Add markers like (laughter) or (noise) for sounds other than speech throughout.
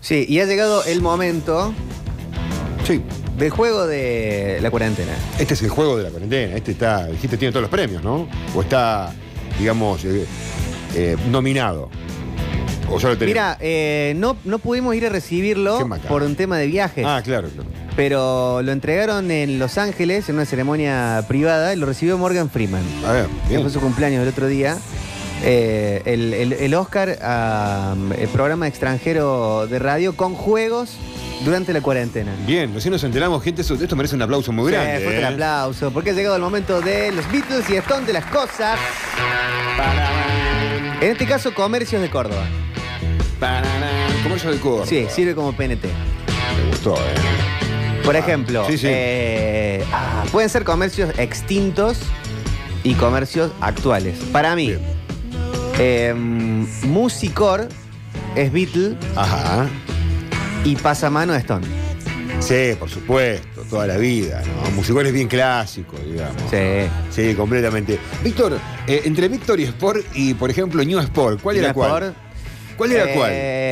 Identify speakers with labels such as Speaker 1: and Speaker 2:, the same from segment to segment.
Speaker 1: Sí, y ha llegado el momento
Speaker 2: Sí,
Speaker 1: del juego de la cuarentena.
Speaker 2: este es el juego de la cuarentena. Este está, dijiste, tiene todos los premios, ¿no? O está, digamos, eh, eh, nominado. O ya lo tenemos.
Speaker 1: Mira, eh, no, no pudimos ir a recibirlo
Speaker 2: Qué macana.
Speaker 1: por un tema de viajes,
Speaker 2: Ah, claro, claro.
Speaker 1: pero lo entregaron en Los Ángeles en una ceremonia privada y lo recibió Morgan Freeman.
Speaker 2: A ver,
Speaker 1: que
Speaker 2: bien.
Speaker 1: fue su cumpleaños el otro día. Eh, el, el- el Oscar a mm, el programa extranjero de radio con juegos durante la cuarentena.
Speaker 2: Bien, recién nos enteramos, gente, eso- esto merece un aplauso muy
Speaker 1: Sí,
Speaker 2: grande.
Speaker 1: fuerte el
Speaker 2: ¿eh?
Speaker 1: aplauso, porque ha llegado el momento de los Beatles y Stone de las cosas. En este caso, comercios de Córdoba.
Speaker 2: Pararán, Comercio de Córdoba.
Speaker 1: Sí, sirve como PNT.
Speaker 2: Me gustó, ¿eh?
Speaker 1: Por ejemplo,
Speaker 2: sí, sí.
Speaker 1: eh, ah, pueden ser comercios extintos y comercios actuales. Para mí,
Speaker 2: Bien.
Speaker 1: eh, Musicor es Beatle
Speaker 2: Ajá.
Speaker 1: y Pasamano es Stone.
Speaker 2: Sí, por supuesto, toda la vida, ¿no? Musicores bien clásico, digamos.
Speaker 1: Sí.
Speaker 2: Sí, completamente. Víctor, eh, entre Víctor y Sport y, por ejemplo, New Sport, ¿cuál era
Speaker 1: Una
Speaker 2: cuál?
Speaker 1: por-
Speaker 2: ¿Cuál era
Speaker 1: Eh,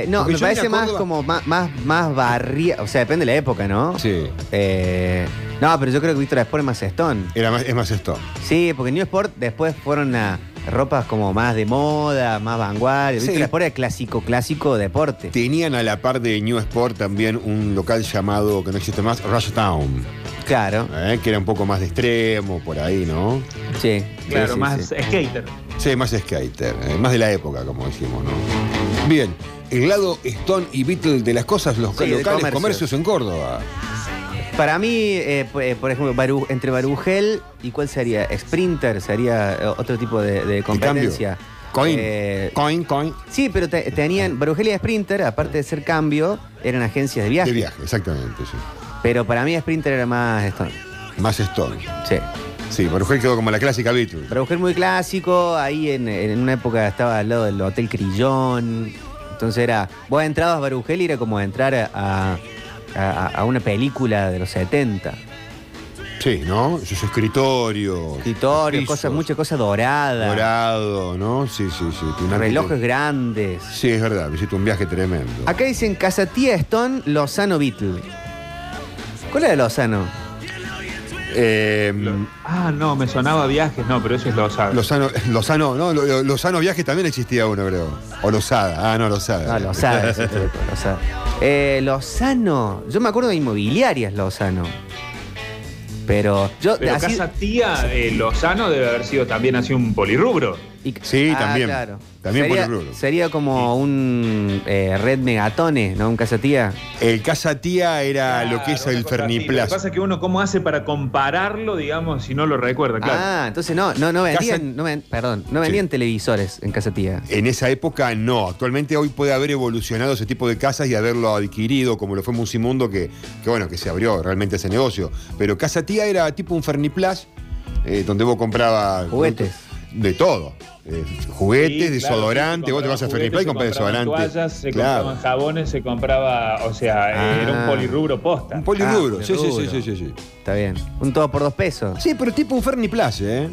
Speaker 2: cuál?
Speaker 1: No,
Speaker 2: Porque
Speaker 1: me
Speaker 2: yo
Speaker 1: parece
Speaker 2: vine a
Speaker 1: más
Speaker 2: Córdoba-
Speaker 1: como más, más, más barri- O sea, depende de la época, ¿no?
Speaker 2: Sí,
Speaker 1: Eh, no, pero yo creo que Víctor Sport es más Stone.
Speaker 2: era más, es más esto.
Speaker 1: Sí, porque New Sport después fueron a ropas como más de moda, más vanguardia.
Speaker 2: Sí.
Speaker 1: Víctor Sport era clásico, clásico deporte.
Speaker 2: Tenían a la par de New Sport también un local llamado, que no existe más, Rush Town,
Speaker 1: Claro,
Speaker 2: ¿eh? que era un poco más de extremo, por ahí, ¿no?
Speaker 1: sí.
Speaker 3: Claro,
Speaker 1: sí, sí,
Speaker 3: más
Speaker 1: sí.
Speaker 3: skater.
Speaker 2: Sí, más skater, eh, más de la época, como decimos, ¿no? Bien, el lado Stone y Beatle de las cosas, los
Speaker 1: Sí, de
Speaker 2: locales,
Speaker 1: comercios.
Speaker 2: comercios en Córdoba.
Speaker 1: Para mí, eh, por eh, por ejemplo, Baru- entre Barugel y cuál sería, Sprinter sería eh, otro tipo de, de competencia.
Speaker 2: Coin,
Speaker 1: Eh,
Speaker 2: coin, coin.
Speaker 1: Sí, pero te- tenían Barugel y Sprinter, aparte de ser cambio, eran agencias de viaje.
Speaker 2: De viaje, exactamente, sí.
Speaker 1: Pero para mí Sprinter era más Stone.
Speaker 2: Más Stone.
Speaker 1: Sí.
Speaker 2: Sí, Barujel quedó como la clásica Beatle.
Speaker 1: Barugel muy clásico, ahí en, en una época estaba al lado del Hotel Crillón. Entonces era, vos entrabas a Barugel y era como entrar a, a- a una película de los 70.
Speaker 2: Sí, ¿no? Sus escritorios.
Speaker 1: Escritorios,
Speaker 2: pisos,
Speaker 1: cosas, muchas cosas doradas.
Speaker 2: Dorado, ¿no? Sí, sí, sí. Tiene una
Speaker 1: Relojes
Speaker 2: arquitectura-
Speaker 1: grandes.
Speaker 2: Sí, es verdad, visitó un viaje tremendo.
Speaker 1: Acá dicen Casatía Stone Lozano Beatle. ¿Cuál era Lozano?
Speaker 2: Eh,
Speaker 3: Ah, no, me sonaba viajes, no, pero eso es lo sabe.
Speaker 2: Lozano, Lozano, no, Lo- Lo- Lozano Viajes también existía uno, creo. O Lozada. Ah, no, Lozada.
Speaker 1: No, Lozano. ese truco, Lozano. Eh, Lozano. Yo me acuerdo de inmobiliarias Lozano. Pero yo
Speaker 3: Pero
Speaker 1: así-
Speaker 3: Casa Tía eh, Lozano debe haber sido también así un polirrubro.
Speaker 1: y- Ah,
Speaker 2: Sí, también. También
Speaker 1: sería,
Speaker 2: polirrubro.
Speaker 1: sería como un eh, Red Megatone, ¿no? Un casatía.
Speaker 2: El Casa Tía era Ah, lo que es el
Speaker 3: Claro, una Ah, cosa así. Lo que
Speaker 2: Ferniplaza.
Speaker 3: pasa es que uno cómo hace para compararlo, digamos, si no lo recuerda, claro.
Speaker 1: Ah, entonces no, no, no vendían,
Speaker 2: Casa-
Speaker 1: no ven- perdón, no vendían televisores en casatía.
Speaker 2: En esa época no, actualmente hoy puede haber evolucionado ese tipo de casas y haberlo adquirido, como lo fue Musimundo, que, que bueno, que se abrió realmente ese negocio. Pero Casa Tía era tipo un Ferniplas, eh, donde vos comprabas
Speaker 1: Juguetes.
Speaker 2: productos De todo. Eh, juguetes,
Speaker 3: Sí, claro,
Speaker 2: desodorante,
Speaker 3: sí, se
Speaker 2: vos te vas a
Speaker 3: compraban
Speaker 2: Ferniplas y compras
Speaker 3: juguetes, se compraban
Speaker 2: desodorante.
Speaker 3: toallas, se
Speaker 2: Claro.
Speaker 3: compraban jabones, se compraba, o sea, eh,
Speaker 1: Ah.
Speaker 3: era un polirrubro posta.
Speaker 2: Un polirubro,
Speaker 1: Ah,
Speaker 2: sí, sí, sí,
Speaker 1: polirrubro.
Speaker 2: sí, sí, sí.
Speaker 1: Está bien. Un todo por dos pesos.
Speaker 2: Sí, pero tipo un Ferniplas, ¿eh?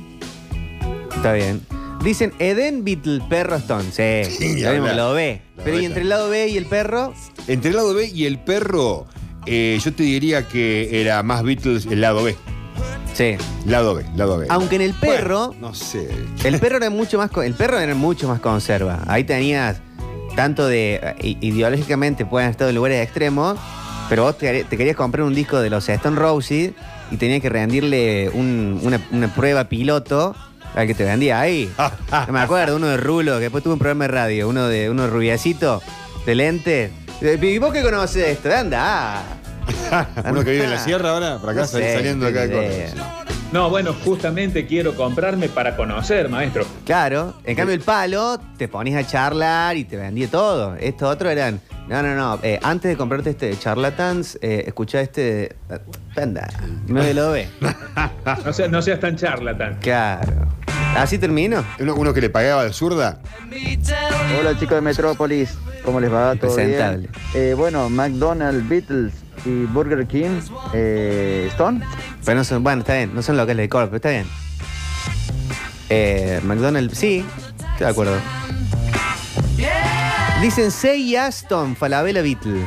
Speaker 1: Está bien. Dicen Eden Beatle Perro Stone. Sí,
Speaker 2: Sí, ni
Speaker 1: lo mismo,
Speaker 2: hablar.
Speaker 1: lo ve.
Speaker 2: Lo
Speaker 1: Pero
Speaker 2: ve
Speaker 1: y entre
Speaker 2: también.
Speaker 1: el lado B y el perro,
Speaker 2: Entre el lado B y el perro, eh, yo te diría que era más Beatles el lado B.
Speaker 1: sí.
Speaker 2: Lado B, lado B.
Speaker 1: Aunque en el
Speaker 2: Bueno,
Speaker 1: perro,
Speaker 2: no sé.
Speaker 1: el perro era mucho más, co- el perro era mucho más conserva. Ahí tenías tanto de eh, i- ideológicamente pueden estar en lugares extremos, pero vos te, te querías comprar un disco de los Stone Roses y tenías que rendirle un- una, una prueba piloto al que te vendía ahí. Yo me acuerdo uno de Rulo, que después tuvo un programa de radio, uno de uno de rubiacito, de lente. ¿Y vos qué conoces de esto? Anda.
Speaker 2: Uno que vive en la sierra ahora, para acá
Speaker 1: No
Speaker 2: sal-
Speaker 1: sé,
Speaker 2: saliendo acá de
Speaker 1: ni idea.
Speaker 2: Córdoba.
Speaker 3: No, bueno, justamente quiero comprarme para conocer, maestro.
Speaker 1: Claro, en cambio el palo te ponías a charlar y te vendía todo. Esto otro eran, no, no, no, eh, antes de comprarte este de charlatans, eh, escuchá este de... Panda, no de lo ve.
Speaker 2: Ah.
Speaker 3: No seas, no seas tan charlatán.
Speaker 1: Claro. Así termino.
Speaker 2: sí. Uno, uno que le pagaba de zurda.
Speaker 4: Hola chicos de Metrópolis, ¿cómo les va? ¿Todo
Speaker 1: Impresentable.
Speaker 4: bien? Eh, bueno, McDonald's, Beatles y Burger King, eh, Stone.
Speaker 1: Pero no son, bueno, está bien, no son locales de corp, pero está bien. Eh, McDonald's, sí, estoy de acuerdo. Dicen Say Aston, Falabella Beatle.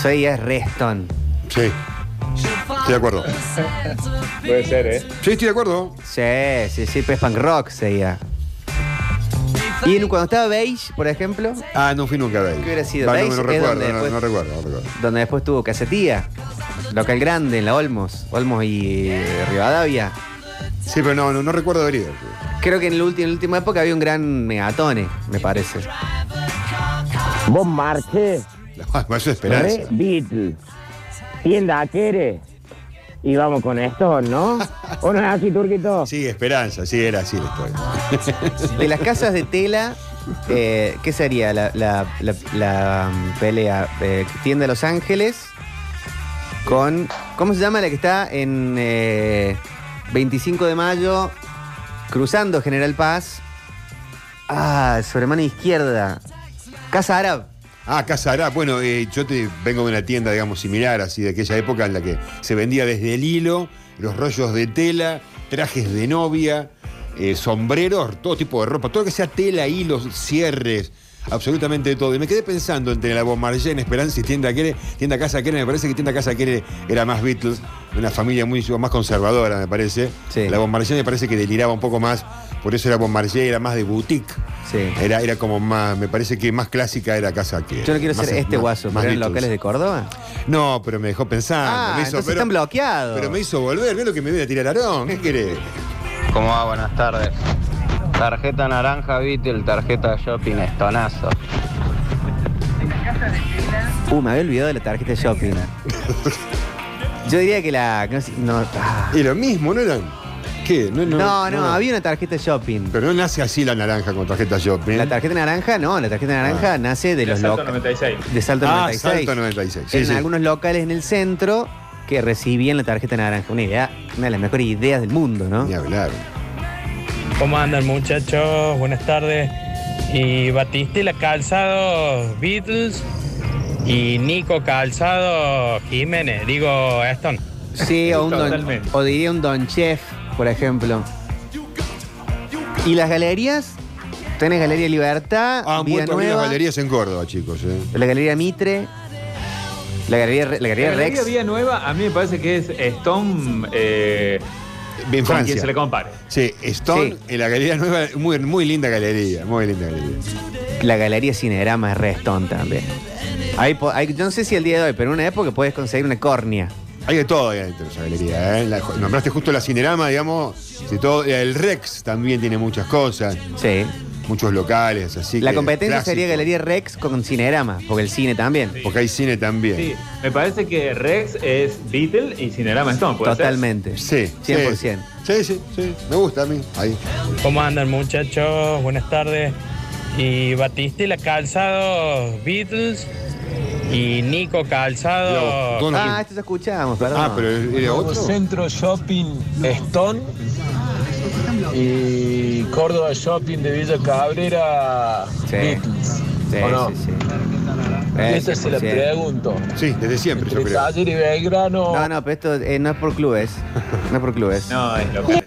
Speaker 1: Say es Reston.
Speaker 2: Sí. Estoy de acuerdo.
Speaker 3: Puede ser, ¿eh?
Speaker 2: Sí, estoy de acuerdo.
Speaker 1: Sí, sí, sí, pues punk rock sería. Y en- cuando estaba Beige, por ejemplo,
Speaker 2: Ah, no fui nunca a Bale.
Speaker 1: ¿Qué hubiera sido?
Speaker 2: Ah,
Speaker 1: Bale
Speaker 2: no, no
Speaker 1: es
Speaker 2: recuerdo,
Speaker 1: donde
Speaker 2: no,
Speaker 1: después-
Speaker 2: no recuerdo, no recuerdo.
Speaker 1: donde después tuvo Casetía, Local Grande, en la Olmos, Olmos y eh, Rivadavia.
Speaker 2: Sí, pero no, no, no recuerdo haber ido.
Speaker 1: Creo que en, el ulti- en la última época había un gran megatone, me parece.
Speaker 5: Vos marche,
Speaker 2: La más mayor
Speaker 5: re
Speaker 2: esperanza.
Speaker 5: Beatles. Tienda Quere. Y vamos con esto, ¿no? ¿O no es así, Turquito?
Speaker 2: Sí, esperanza, sí, era así la historia.
Speaker 1: De las casas de tela, eh, ¿qué sería la, la- la- la, mm, pelea? Eh, tienda Los Ángeles con. ¿Cómo se llama la que está en eh, 25 de mayo cruzando General Paz? Ah, sobre mano izquierda. Casa Árabe.
Speaker 2: Ah, Casa Ará. Bueno, eh, yo te vengo de una tienda, digamos, similar, así de aquella época en la que se vendía desde el hilo, los rollos de tela, trajes de novia, eh, sombreros, todo tipo de ropa, todo lo que sea tela, hilos, cierres, absolutamente todo. Y me quedé pensando entre la Bombardier en Esperanza y Tienda Quere, Tienda Casa Quere, me parece que Tienda Casa Quere era más Beatles, una familia muy, más conservadora, me parece.
Speaker 1: Sí.
Speaker 2: La Bombardier me parece que deliraba un poco más, por eso la Bombardier era más de boutique.
Speaker 1: Sí.
Speaker 2: Era, era como más, me parece que más clásica era casa que.
Speaker 1: Yo no quiero
Speaker 2: más-
Speaker 1: ser este
Speaker 2: más-
Speaker 1: guaso,
Speaker 2: más
Speaker 1: pero eran
Speaker 2: Beatles.
Speaker 1: locales de Córdoba.
Speaker 2: No, pero me dejó pensando.
Speaker 1: Ah,
Speaker 2: me hizo-
Speaker 1: entonces
Speaker 2: pero-
Speaker 1: están bloqueados.
Speaker 2: Pero me hizo volver, ve lo que me viene a tirar Aarón, ¿qué querés?
Speaker 6: ¿Cómo va? Buenas tardes. Tarjeta naranja Beatle, tarjeta shopping estonazo.
Speaker 1: Uh, me había olvidado de la tarjeta de
Speaker 2: (laughs)
Speaker 1: shopping. Yo diría que la. No, sé- no, ah.
Speaker 2: Y lo mismo, ¿no eran? ¿Qué? No, no,
Speaker 1: no, no, había una tarjeta de shopping.
Speaker 2: Pero no nace así la naranja con tarjeta ¿eh? shopping.
Speaker 1: La tarjeta naranja, no, la tarjeta naranja nace de
Speaker 3: El
Speaker 1: los
Speaker 3: Salto
Speaker 1: locales.
Speaker 3: 96.
Speaker 1: De Salto
Speaker 2: Ah,
Speaker 1: 96.
Speaker 2: Salto 96, sí,
Speaker 1: en
Speaker 2: sí.
Speaker 1: algunos locales en el centro que recibían la tarjeta naranja. Una idea, una de las mejores ideas del mundo, ¿no?
Speaker 2: Ni hablar.
Speaker 7: ¿Cómo andan muchachos? Buenas tardes. Y Batistela Calzado Beatles y Nico Calzado Jiménez, digo Aston.
Speaker 1: Sí, o, un don,
Speaker 3: Totalmente.
Speaker 1: o diría un Don Chef, por ejemplo. ¿Y las galerías? Tenés Galería Libertad,
Speaker 2: Ah, muy
Speaker 1: Vida
Speaker 2: también las
Speaker 1: Nueva,
Speaker 2: galerías en Córdoba, chicos. ¿eh?
Speaker 1: la Galería Mitre, la Galería, Re- la galería
Speaker 3: La Galería
Speaker 1: Rex.
Speaker 3: Vía Nueva, a mí me parece que es Stone eh,
Speaker 2: En
Speaker 3: con quien se le
Speaker 2: Francia.
Speaker 3: compare.
Speaker 2: Sí, Stone,
Speaker 1: Sí.
Speaker 2: en la galería nueva, muy, muy linda galería, muy linda galería.
Speaker 1: La galería Cinerama es restón también. Ahí po- ahí- yo no sé si el día de hoy, pero en una época podés conseguir una córnea.
Speaker 2: Hay de todo ahí adentro de esa galería. ¿eh? La- nombraste justo la Cinerama, digamos. de todo, el Rex también tiene muchas cosas,
Speaker 1: Sí.
Speaker 2: muchos locales, así
Speaker 1: La
Speaker 2: que
Speaker 1: competencia
Speaker 2: clásico.
Speaker 1: sería Galería Rex con Cinerama, porque el cine también.
Speaker 2: Porque hay cine también.
Speaker 3: Sí, me parece que Rex es Beatle y Cinerama Stone. ¿puede ser?
Speaker 1: Totalmente.
Speaker 2: Sí,
Speaker 1: 100%.
Speaker 2: Sí, sí, sí. Me gusta a mí. Ahí.
Speaker 7: ¿Cómo andan muchachos? Buenas tardes. Y Batistela Calzado Beatles y Nico Calzado
Speaker 2: Yo,
Speaker 1: Ah, esto ya escuchábamos, perdón.
Speaker 2: ah, pero era otro.
Speaker 8: Centro Shopping Stone y Córdoba Shopping de Villa Cabrera
Speaker 1: Sí.
Speaker 8: Beatles.
Speaker 1: Sí,
Speaker 8: ¿O no?
Speaker 1: sí, sí. Eh,
Speaker 8: Esa se la
Speaker 1: 100%.
Speaker 8: pregunto.
Speaker 2: Sí, desde siempre, yo
Speaker 8: Entre
Speaker 2: creo.
Speaker 8: Taller y Belgrano.
Speaker 1: No, no, pero esto eh, no es por clubes. No es por clubes.
Speaker 3: No, es local.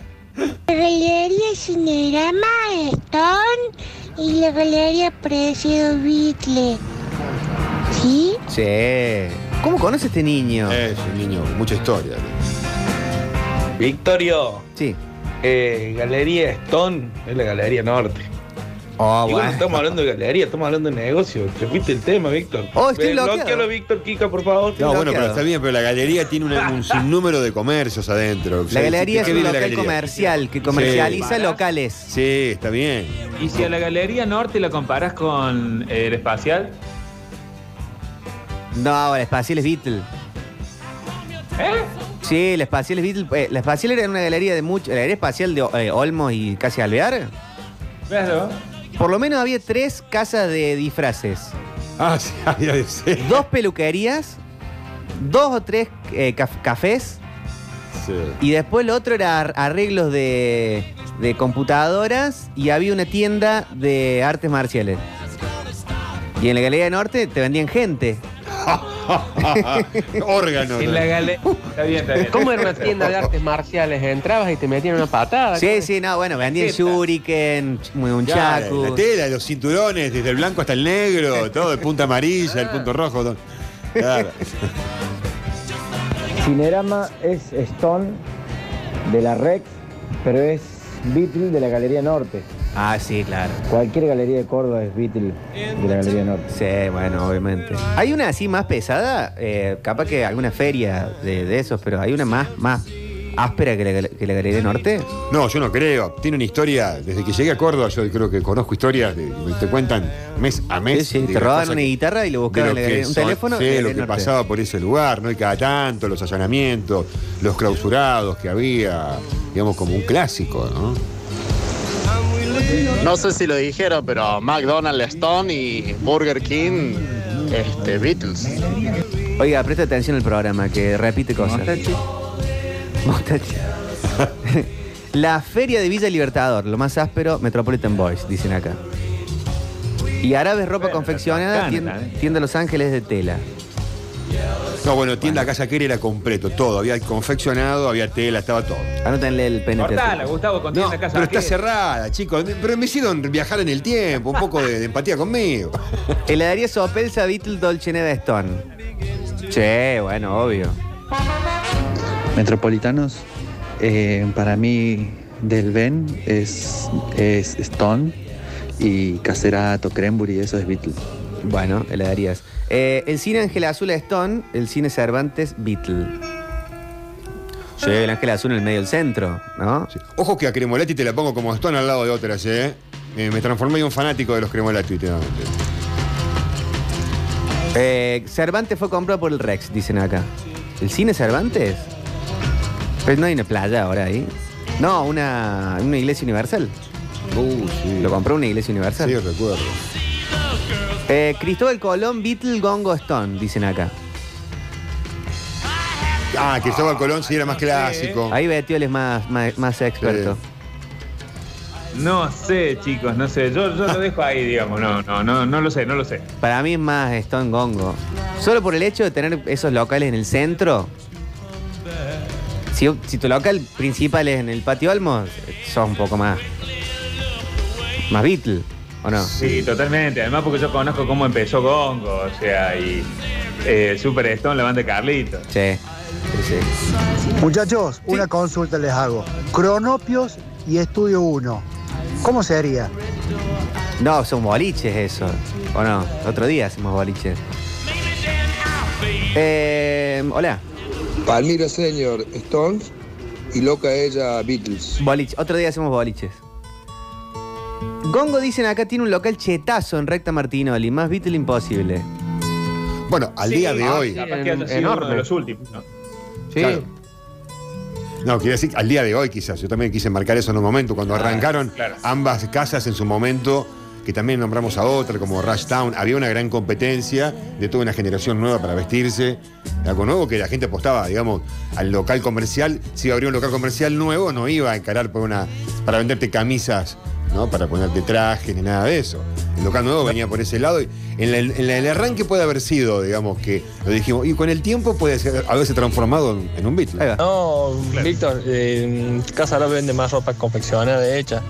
Speaker 9: La galería Cinerama Stone y la galería Precio Beatle. ¿Sí?
Speaker 1: Sí. ¿Cómo conoce este niño?
Speaker 2: Es un niño, mucha historia.
Speaker 10: Victorio,
Speaker 1: Sí.
Speaker 10: Eh, Galería Stone es la Galería Norte.
Speaker 1: Oh,
Speaker 10: Igual no
Speaker 1: bueno.
Speaker 10: estamos hablando de galería, estamos hablando de negocio. Te fuiste el tema, Víctor.
Speaker 1: Oh, estoy
Speaker 10: Ve,
Speaker 1: bloqueado.
Speaker 10: bloquealo, Víctor, Kika, por favor.
Speaker 2: No, bueno, pero
Speaker 1: bloqueado.
Speaker 2: está bien, pero la galería tiene una- un sinnúmero de comercios adentro. O
Speaker 1: La
Speaker 2: sea,
Speaker 1: galería
Speaker 2: ¿qué
Speaker 1: es un
Speaker 2: vive la
Speaker 1: local
Speaker 2: galería?
Speaker 1: comercial que comercializa
Speaker 3: Sí.
Speaker 1: locales.
Speaker 2: Sí, está bien.
Speaker 3: Y si a la Galería Norte la comparas con eh, el espacial,
Speaker 1: No, el espacial es Beatle.
Speaker 3: ¿eh?
Speaker 1: Sí, la espacial es Beatle. eh, la espacial era una galería de mucho. La galería espacial de eh, Olmos y casi Alvear.
Speaker 3: Claro.
Speaker 1: Por lo menos había tres casas de disfraces:
Speaker 2: Ah, sí, (laughs) había de ser.
Speaker 1: dos peluquerías, dos o tres eh, caf- cafés.
Speaker 2: Sí.
Speaker 1: Y después lo otro era ar- arreglos de, de computadoras y había una tienda de artes marciales. Y en la Galería Norte te vendían gente.
Speaker 2: (laughs) Órgano.
Speaker 10: En la gale-
Speaker 2: Uh. (laughs)
Speaker 10: ¿Cómo era una tienda de artes marciales? Entrabas y te metían una
Speaker 8: Ah,
Speaker 10: patada.
Speaker 1: Sí, sí, no, bueno, vendían
Speaker 10: Esta.
Speaker 1: shuriken, ch- un
Speaker 2: Ya,
Speaker 1: chaku.
Speaker 2: La tela, los cinturones, desde el blanco hasta el negro, todo, de punta amarilla, el punto rojo. todo. Claro.
Speaker 5: Cinerama es Stone de la Rex, pero es Beatle de la Galería Norte.
Speaker 1: Ah, sí, claro.
Speaker 5: Cualquier galería de Córdoba es Beatle de la Galería Norte.
Speaker 1: Sí, bueno, obviamente. Hay una así más pesada, eh, capaz que alguna feria de, de esos, pero hay una más, más áspera que la, que la Galería Norte.
Speaker 2: No, yo no creo. Tiene una historia. Desde que llegué a Córdoba, yo creo que conozco historias de- que te cuentan mes a
Speaker 1: Sí,
Speaker 2: mes.
Speaker 1: sí,
Speaker 2: de
Speaker 1: te
Speaker 2: las
Speaker 1: robaban
Speaker 2: cosas
Speaker 1: una
Speaker 2: que-
Speaker 1: guitarra y lo
Speaker 2: de
Speaker 1: buscaban
Speaker 2: lo
Speaker 1: en la
Speaker 2: que
Speaker 1: Galería- un
Speaker 2: son-
Speaker 1: teléfono.
Speaker 2: sí,
Speaker 1: en la
Speaker 2: lo
Speaker 1: Galería
Speaker 2: que
Speaker 1: Norte.
Speaker 2: pasaba por ese lugar, ¿no? Y cada tanto, los allanamientos, los clausurados que había, digamos, como un clásico, ¿no?
Speaker 11: No sé si lo dijeron, pero McDonald's Stone y Burger King, este, Beatles.
Speaker 1: Oiga, presta atención al programa que repite cosas. Mostachi. (laughs) la feria de Villa Libertador, lo más áspero, Metropolitan Boys, dicen acá. Y árabes ropa confeccionada,
Speaker 3: Santana
Speaker 1: tien-
Speaker 2: ¿eh?
Speaker 3: también.
Speaker 1: tienda Los Ángeles de tela.
Speaker 2: No, bueno, tienda Casa Quere era completo, todo. Había confeccionado, había tela, estaba todo.
Speaker 1: Anótenle el PNT.
Speaker 3: Cortala, Gustavo, con
Speaker 2: No,
Speaker 3: tienda casa.
Speaker 2: pero está
Speaker 3: Vaquero.
Speaker 2: cerrada, chicos. Pero me hicieron viajar en el tiempo, un poco de, de empatía conmigo.
Speaker 1: Heladería Sopelsa Beatle Dolce Neva Stone. Che, bueno, obvio.
Speaker 12: Metropolitanos, eh, para mí del Ben es, es Stone y Caserato, Cranberry, eso es Beatle.
Speaker 1: Bueno, heladerías. Eh, el cine Ángel Azul Stone, el cine Cervantes Beatle. Yo veo el Ángel Azul en el medio del centro, ¿no?
Speaker 2: Ojo que a Cremolati te la pongo como Stone al lado de otras, ¿eh? Eh, me transformé en un fanático de los Cremolati últimamente.
Speaker 1: Eh, Cervantes fue comprado por el Rex, dicen acá. ¿El cine Cervantes? Pero no hay una playa ahora ahí. No, una, una iglesia universal.
Speaker 2: Uh, sí.
Speaker 1: Lo compró una iglesia universal.
Speaker 2: Sí, recuerdo.
Speaker 1: Eh, Cristóbal Colón, Beatle Gongo Stone, dicen acá.
Speaker 2: Ah, Cristóbal Colón sí era más clásico.
Speaker 1: Ahí Betiol es más, más, más experto.
Speaker 3: No sé, chicos, no sé. Yo, yo lo dejo ahí, digamos. No, no, no, no lo sé, no lo sé.
Speaker 1: Para mí es más Stone Gongo. Solo por el hecho de tener esos locales en el centro. Si, si tu local principal es en el patio Olmos, sos un poco más. Más Beatle, ¿o no?
Speaker 3: Sí, totalmente. Además, porque yo conozco cómo empezó Gongo, o sea, y eh, Super Stone, la banda de Carlitos.
Speaker 1: Sí. sí.
Speaker 13: Muchachos, una consulta les hago. Cronopios y Estudio 1. ¿Cómo sería?
Speaker 1: No, son boliches eso. ¿O no? Otro día hacemos boliches. Eh, hola.
Speaker 14: Palmira Senior, Stones y loca ella, Beatles.
Speaker 1: Boliche. Otro día hacemos boliches. Gongo dicen acá tiene un local chetazo en Recta Martinoli. Más Beatle imposible.
Speaker 2: Bueno, al
Speaker 3: Sí,
Speaker 2: día de
Speaker 3: ah,
Speaker 2: hoy.
Speaker 3: Capaz que haya sido uno de los últimos, ¿no?
Speaker 2: Sí. No, quiero decir, al día de hoy quizás. Yo también quise marcar eso en un momento, cuando arrancaron ambas casas en su momento, que también nombramos a otra, como Rush Town. Había una gran competencia de toda una generación nueva para vestirse. Algo nuevo que la gente apostaba, digamos, al local comercial. Si iba a abrir un local comercial nuevo, no iba a encarar por una, para venderte camisas, ¿no? Para ponerte traje ni nada de eso. El local nuevo venía por ese lado. Y en, la- en la- el arranque puede haber sido, digamos, que lo dijimos. Y con el tiempo puede ser- haberse transformado en, en un beat.
Speaker 8: No, Víctor, eh, Casa Lo vende más ropa confeccionada, de hecha.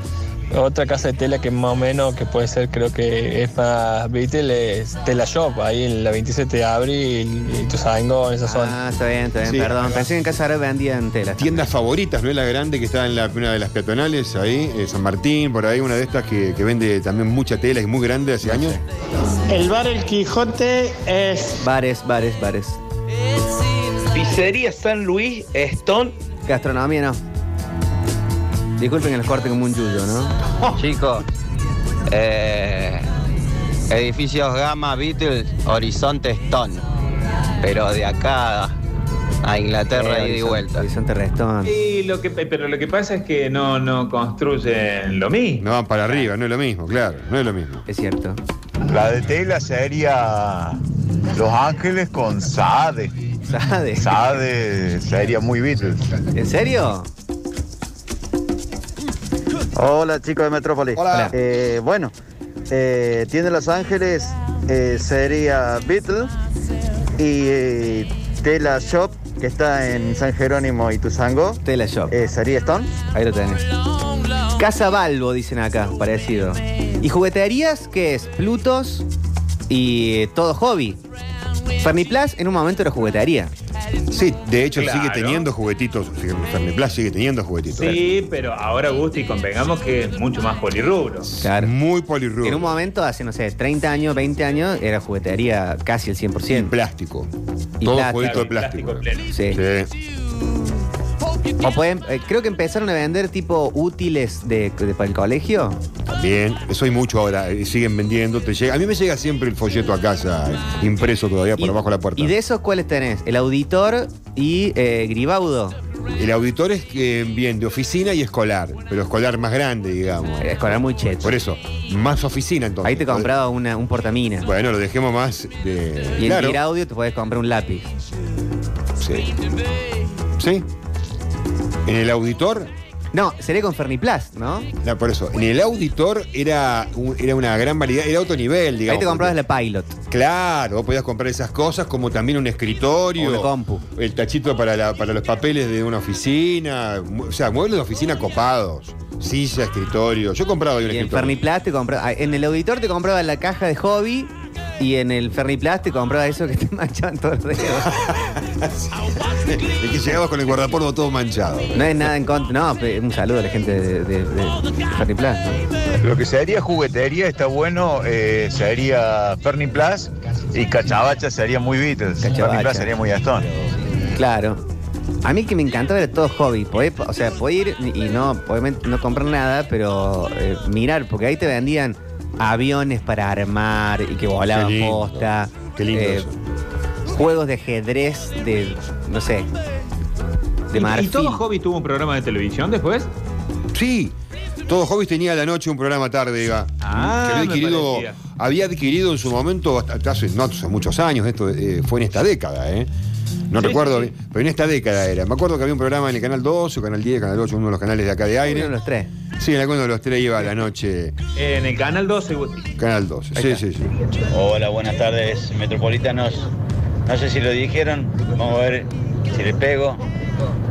Speaker 8: Otra casa de tela que más o menos que puede ser, creo que es más Beatle, es Tela Shop, ahí en la 27 de abril y Tuzango, en esa zona.
Speaker 1: Ah, está bien, está bien,
Speaker 2: Sí, ahí
Speaker 1: perdón.
Speaker 2: va.
Speaker 1: Pensé que en casa ahora vendían telas.
Speaker 2: Tiendas favoritas, ¿no es la grande que está en la, una de las peatonales ahí? eh, San Martín, por ahí, una de estas que, que vende también mucha tela y muy grande hace años.
Speaker 15: El bar El Quijote es.
Speaker 1: Bares, bares, bares.
Speaker 10: Pizzería San Luis, Stone.
Speaker 1: Gastronomía no. Disculpen que los corte como un yuyo, ¿no?
Speaker 6: Chicos, eh, edificios Gama, Beatles, Horizonte Stone. Pero de acá a Inglaterra ida
Speaker 1: Eh,
Speaker 6: y
Speaker 1: Horizonte-
Speaker 6: vuelta.
Speaker 1: Horizonte Restón.
Speaker 3: Y lo que, pero lo que pasa es que no, no construyen lo mismo.
Speaker 2: No van para arriba, no es lo mismo, claro, no es lo mismo.
Speaker 1: Es cierto.
Speaker 16: La de Tela sería Los Ángeles con Sade.
Speaker 1: Sade.
Speaker 16: Sade sería muy Beatles.
Speaker 1: ¿En serio?
Speaker 4: Hola chicos de Metrópolis.
Speaker 1: Hola.
Speaker 4: Eh, bueno, eh, Tienda Los Ángeles eh, sería Beatle Y eh, Tela Shop, que está en San Jerónimo y Tuzango. eh,
Speaker 1: Tela Shop.
Speaker 4: ¿Sería Stone?
Speaker 1: Ahí lo tenés. Casa Balbo, dicen acá, parecido. ¿Y jugueterías qué es? Plutos y eh, todo hobby. Ferniplas en un momento era juguetería.
Speaker 2: Sí, de hecho
Speaker 1: Claro.
Speaker 2: sigue teniendo juguetitos. Ferniplas sigue teniendo juguetitos.
Speaker 3: Sí, pero ahora, Gusti, convengamos que es mucho más polirrubro.
Speaker 2: Muy polirrubro.
Speaker 1: En un momento, hace, no sé, 30 años, 20 años, era juguetería casi el 100%. Y
Speaker 2: plástico. Todo jueguito de plástico.
Speaker 1: Sí. O pueden, eh, creo que empezaron a vender tipo útiles de, de- para el colegio.
Speaker 2: También, eso hay mucho ahora, eh, siguen vendiendo, te llega. A mí me llega siempre el folleto a casa, eh, impreso todavía por abajo de la puerta.
Speaker 1: ¿Y de esos cuáles tenés? El auditor y eh, Gribaudo.
Speaker 2: El auditor es eh, bien de oficina y escolar, pero escolar más grande, digamos.
Speaker 1: Escolar muy cheto.
Speaker 2: Por eso, más oficina entonces.
Speaker 1: Ahí te compraba una, un portamina.
Speaker 2: Bueno, lo dejemos más de.
Speaker 1: Y
Speaker 2: claro.
Speaker 1: en Gribaudo te podés comprar un lápiz.
Speaker 2: Sí. ¿Sí? En el auditor.
Speaker 1: No, sería con Ferniplas, ¿no?
Speaker 2: No, por eso. En el auditor era, un- era una gran variedad, era otro nivel, digamos.
Speaker 1: Ahí te comprabas la Pilot.
Speaker 2: Claro, vos podías comprar esas cosas como también un escritorio.
Speaker 1: O una compu.
Speaker 2: El tachito para, la- para los papeles de una oficina. mu- O sea, muebles de oficina copados. Silla, escritorio. Yo compraba ahí un
Speaker 1: Y en
Speaker 2: escritorio.
Speaker 1: Ferniplas te compraba. ah, En el auditor te compraba la caja de hobby. Y en el Ferniplas te compraba eso que te (laughs) manchaban todos los dedos.
Speaker 2: Y que llegabas con el guardapolvo todo manchado.
Speaker 1: No es nada en contra. No, pe- un saludo a la gente de, de, de Ferniplas, ¿no?
Speaker 16: Lo que sería juguetería está bueno, eh, sería Fernie Plus y Cachabacha sería muy Beatles. Fernie Plus sería muy Aston.
Speaker 1: Claro. A mí que me encantaba era todo hobby. Podés- o sea, podés ir y no, obviamente no comprar nada, pero eh, mirar, porque ahí te vendían aviones para armar y que volaban
Speaker 2: Qué lindo.
Speaker 1: posta.
Speaker 2: Qué lindo
Speaker 1: eh,
Speaker 2: eso.
Speaker 1: Juegos de ajedrez de, no sé, de
Speaker 3: ¿Y,
Speaker 1: marfil.
Speaker 3: ¿Y todo hobby tuvo un programa de televisión después?
Speaker 2: Sí. Todos Hobbies tenía a la noche un programa tarde, Ega.
Speaker 3: Ah,
Speaker 2: que había
Speaker 3: me
Speaker 2: adquirido,
Speaker 3: parecía.
Speaker 2: había adquirido en su momento, hasta- hasta hace, no, hace muchos años, esto eh, fue en esta década, ¿eh? No recuerdo, bien, pero en esta década era. Me acuerdo que había un programa en el Canal 12, o Canal 10, Canal 8, uno de los canales de acá de aire.
Speaker 1: Uno de los tres.
Speaker 2: Sí, en alguno de los tres iba a la noche
Speaker 3: En el Canal 12, Gusti.
Speaker 2: Canal 12. Sí, sí, sí.
Speaker 17: Hola, buenas tardes, metropolitanos. No sé si lo dijeron, vamos a ver si le pego.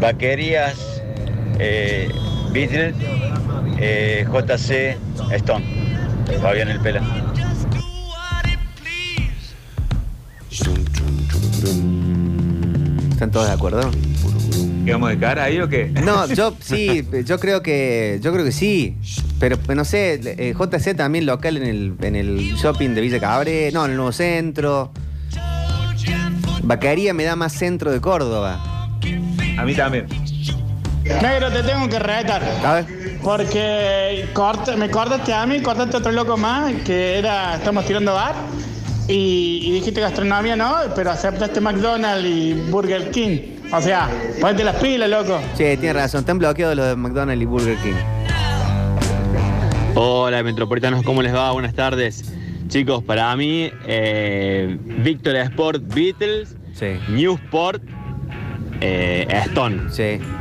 Speaker 17: Vaquerías, eh, Beatle, eh, JC, Stone. Fabián El Pela.
Speaker 1: ¿Están todos de acuerdo?
Speaker 3: ¿Quedamos de cara ahí o qué?
Speaker 1: No, yo sí, yo creo que yo creo que sí. Pero no sé, eh, JC también local en el, en el shopping de Villa Cabré, no, en el nuevo centro. Vaquería me da más centro de Córdoba.
Speaker 3: A mí también.
Speaker 15: Negro, te tengo que retar.
Speaker 1: A ver.
Speaker 15: Porque corta- me cortaste a mí, cortaste a otro loco más, que era, estamos tirando bar. Y, y dijiste gastronomía no, pero aceptaste McDonald's y Burger King. O sea, ponete las pilas, loco.
Speaker 1: Che, tiene razón, están bloqueados los de McDonald's y Burger King.
Speaker 18: Hola, metropolitanos, ¿cómo les va? Buenas tardes. Chicos, para mí, eh, Victor Sport Beatles, Newsport, eh, Stone.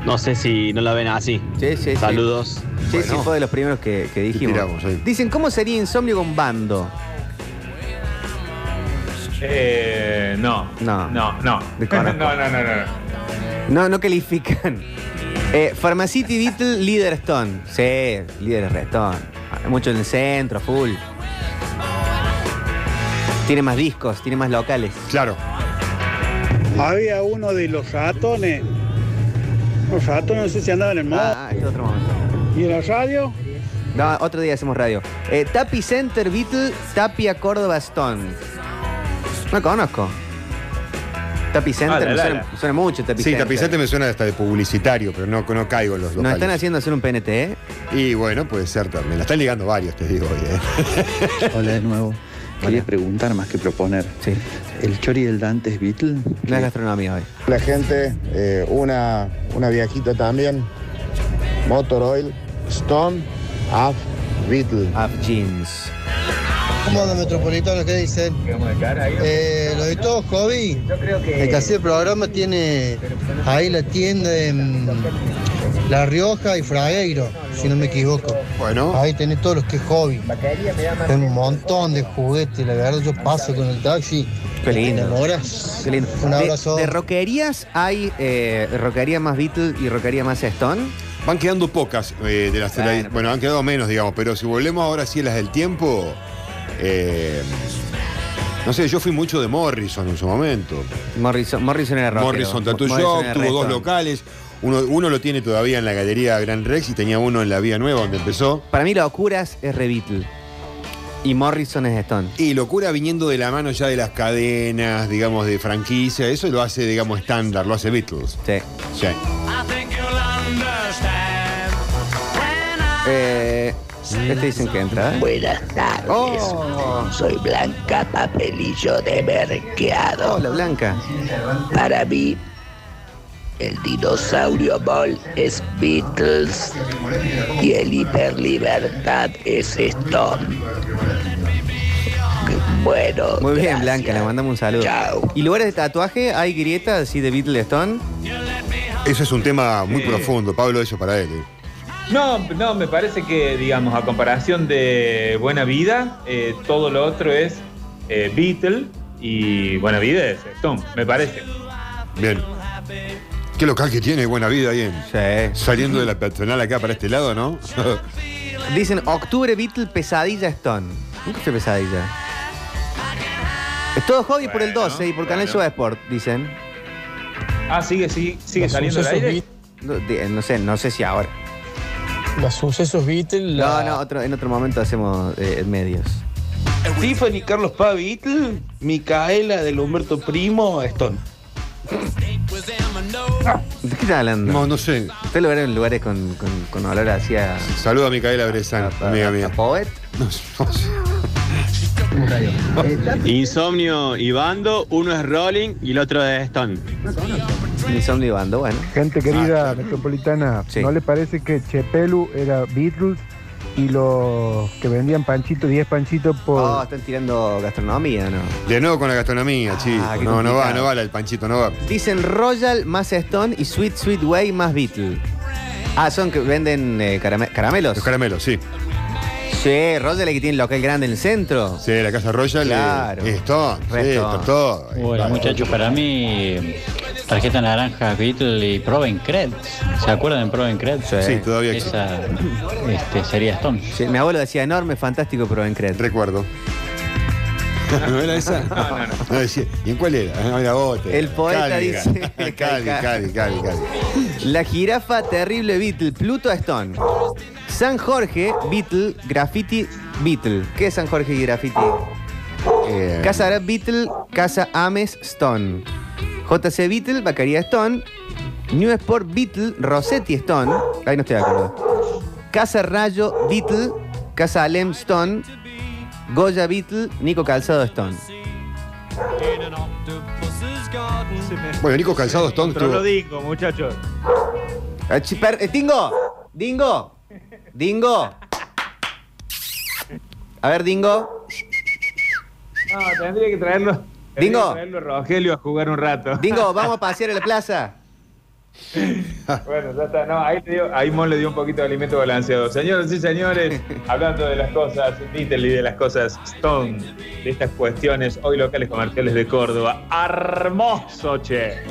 Speaker 18: No sé si no la ven así.
Speaker 1: sí, sí.
Speaker 18: Saludos.
Speaker 1: Sí, sí, fue de los primeros que, que dijimos.
Speaker 18: tiramos ahí.
Speaker 1: Dicen, ¿cómo sería insomnio con bando?
Speaker 3: Eh, no.
Speaker 1: No.
Speaker 3: No, no.
Speaker 1: Desconozco.
Speaker 3: (laughs) No, no, no, no.
Speaker 1: No, no califican. (laughs) Eh, Pharmacity Beetle, líder Stone. Sí, líder Stone. Mucho en el centro, full. Tiene más discos, tiene más locales.
Speaker 2: Claro.
Speaker 19: Había uno de los ratones. Los ratones no sé si andaban en moda.
Speaker 1: Ah, este otro momento.
Speaker 19: ¿Y en la radio?
Speaker 1: No, otro día hacemos radio. Eh, Tapi Center Beetle, Tapia Córdoba Stone. No conozco. Tapi Center,
Speaker 2: Ah, la,
Speaker 1: me
Speaker 2: la,
Speaker 1: suena,
Speaker 2: la.
Speaker 1: me suena mucho Tapi
Speaker 2: Sí,
Speaker 1: Center.
Speaker 2: tapizante me suena hasta de publicitario, pero no, no caigo en los
Speaker 1: Nos
Speaker 2: locales.
Speaker 1: están haciendo hacer un PNT, ¿eh?
Speaker 2: Y bueno, puede ser también. La están ligando varios, te digo hoy, ¿eh?
Speaker 12: Hola de nuevo. Quería preguntar más que proponer. ¿El chori del Dante es Beatle?
Speaker 1: La gastronomía hoy.
Speaker 20: La gente, eh, una, una viejita también. Motor Oil, Stone, Af, Beetle.
Speaker 1: Af Jeans.
Speaker 21: ¿Cómo andan metropolitanos? ¿Qué dicen? Eh, lo de todo hobby. El que hacía el programa tiene ahí la tienda en La Rioja y Fragueiro, si no me equivoco.
Speaker 2: Bueno.
Speaker 21: Ahí tenés todos los que es hobby. Hay un montón de juguetes, la verdad yo paso con el taxi.
Speaker 1: Qué lindo.
Speaker 21: Te enamorás.
Speaker 1: Qué lindo.
Speaker 21: Un
Speaker 1: De-
Speaker 21: abrazo.
Speaker 1: De, roquerías hay eh, roquería más Beatles y roquería más Stone.
Speaker 2: Van quedando pocas eh, de las de la- bueno, han quedado menos, digamos, pero si volvemos ahora sí a las del tiempo. eh, no sé, yo fui mucho de Morrison en su momento.
Speaker 1: Morrison, Morrison era rockero.
Speaker 2: Morrison Tattoo
Speaker 1: Morrison
Speaker 2: Shop,
Speaker 1: era
Speaker 2: tuvo dos
Speaker 1: resto.
Speaker 2: locales. Uno, uno lo tiene todavía en la galería Gran Rex y tenía uno en la Vía Nueva donde empezó.
Speaker 1: Para mí Locuras es re Beatle. Y Morrison es Stone.
Speaker 2: Y locura viniendo de la mano ya de las cadenas, digamos, de franquicia. Eso lo hace, digamos, estándar, lo hace Beatles.
Speaker 1: Sí.
Speaker 2: Sí.
Speaker 1: Eh, este dicen que entra.
Speaker 7: Buenas tardes.
Speaker 1: Oh.
Speaker 7: Soy Blanca Papelillo de Merqueado.
Speaker 1: Hola, Blanca.
Speaker 7: Para mí, el dinosaurio Ball es Beatles y el hiperlibertad es Stone. Bueno.
Speaker 1: Muy bien, Blanca, le mandamos un saludo. ¿Y lugares de tatuaje? ¿Hay grietas así de Beatle Stone?
Speaker 2: Eso es un tema muy
Speaker 3: Sí.
Speaker 2: profundo, Pablo, eso para él. ¿eh?
Speaker 3: No, no, me parece que, digamos, a comparación de Buena Vida, eh, todo lo otro es eh, Beatle y Buena Vida es Stone, me parece.
Speaker 2: Bien. Qué local que tiene, buena vida ahí en- Saliendo de la peatonal acá para este lado,
Speaker 1: (laughs)
Speaker 2: ¿no?
Speaker 1: Dicen octubre Beatle, pesadilla Stone. Nunca fue pesadilla. Es todo hobby por el 12 y por Canal Show Sport, dicen.
Speaker 3: Ah, sigue, sigue, sigue
Speaker 1: Los
Speaker 3: saliendo el
Speaker 1: sucesos
Speaker 3: aire.
Speaker 1: No, de- no sé, no sé si ahora.
Speaker 8: Los sucesos Beatles.
Speaker 1: No, no, otro- en otro momento hacemos eh, medios.
Speaker 10: Tiffany Carlos Paz Beatle, Micaela del Humberto Primo, Stone.
Speaker 1: ¿De qué estás hablando? No,
Speaker 2: no sé.
Speaker 1: Usted lo verá en lugares con, con, con olor hacia.
Speaker 2: Saluda a Micaela Bresan,
Speaker 1: Ah,
Speaker 2: amiga mía.
Speaker 1: ¿Poet?
Speaker 2: (laughs)
Speaker 18: Insomnio y Bando, uno es Rolling y el otro es Stone.
Speaker 1: Insomnio y Bando, bueno.
Speaker 22: Gente querida metropolitana, ¿no le parece que Chepelu era Beatles y los que vendían panchito, 10 panchitos por...
Speaker 1: Oh, están tirando gastronomía, ¿no?
Speaker 2: De nuevo con la gastronomía, chico.
Speaker 1: Ah, qué
Speaker 2: no, no va,
Speaker 1: complicado.
Speaker 2: no va el panchito, no va.
Speaker 1: Dicen Royal más Stone y Sweet Sweet Way más Beatle. Ah, son que venden eh, carame- caramelos. Los
Speaker 2: caramelos, sí.
Speaker 1: Sí, Royal es que tiene el local grande en el centro.
Speaker 2: Sí, la Casa Royal. eh,
Speaker 1: Claro.
Speaker 2: Esto,
Speaker 1: Resto.
Speaker 2: todo.
Speaker 23: Bueno, muchachos, para mí, tarjeta naranja, Beatle y Proven Cred. ¿Se acuerdan de Proven Cred?
Speaker 2: Sí, todavía existe.
Speaker 23: Esa este, sería Stone.
Speaker 1: Sí, mi abuelo decía enorme, fantástico, pero en Cred.
Speaker 2: Recuerdo. ¿No era esa?
Speaker 1: (laughs) No, no, no.
Speaker 2: decía, ¿Y en cuál era? Ah, No, era otra.
Speaker 1: El poeta
Speaker 2: Cádiga. (laughs)
Speaker 1: dice-
Speaker 2: Cádiga, Cádiga, Cádiga, Cádiga.
Speaker 1: La jirafa terrible Beatle, Pluto Stone. San Jorge, Beatle, Graffiti, Beatle. ¿Qué es San Jorge y Graffiti?
Speaker 2: Eh,
Speaker 1: Casa Arab Beatle, Casa Ames Stone. JC Beatle, Bacaría Stone. New Sport Beatle, Rossetti Stone. Ahí no estoy de acuerdo. Casa Rayo Beatle, Casa Alem Stone. Goya Beatle, Nico Calzado Stone.
Speaker 2: Bueno, Nico Calzado Stone
Speaker 3: Pero lo
Speaker 2: tuvo.
Speaker 3: digo, muchachos.
Speaker 1: Ah, chi- per- eh, Dingo, Dingo, Dingo. A ver, Dingo.
Speaker 3: No, tendría que traerlo. tendría
Speaker 1: Dingo.
Speaker 3: que traerlo a Rogelio a jugar un rato.
Speaker 1: Dingo, vamos a pasear a la plaza.
Speaker 3: (laughs) Bueno, ya está. No, ahí, le dio- ahí Mon le dio un poquito de alimento balanceado. Señoras y señores, hablando de las cosas Beatle y de las cosas Stone, de estas cuestiones, hoy locales comerciales de Córdoba. Hermoso, che.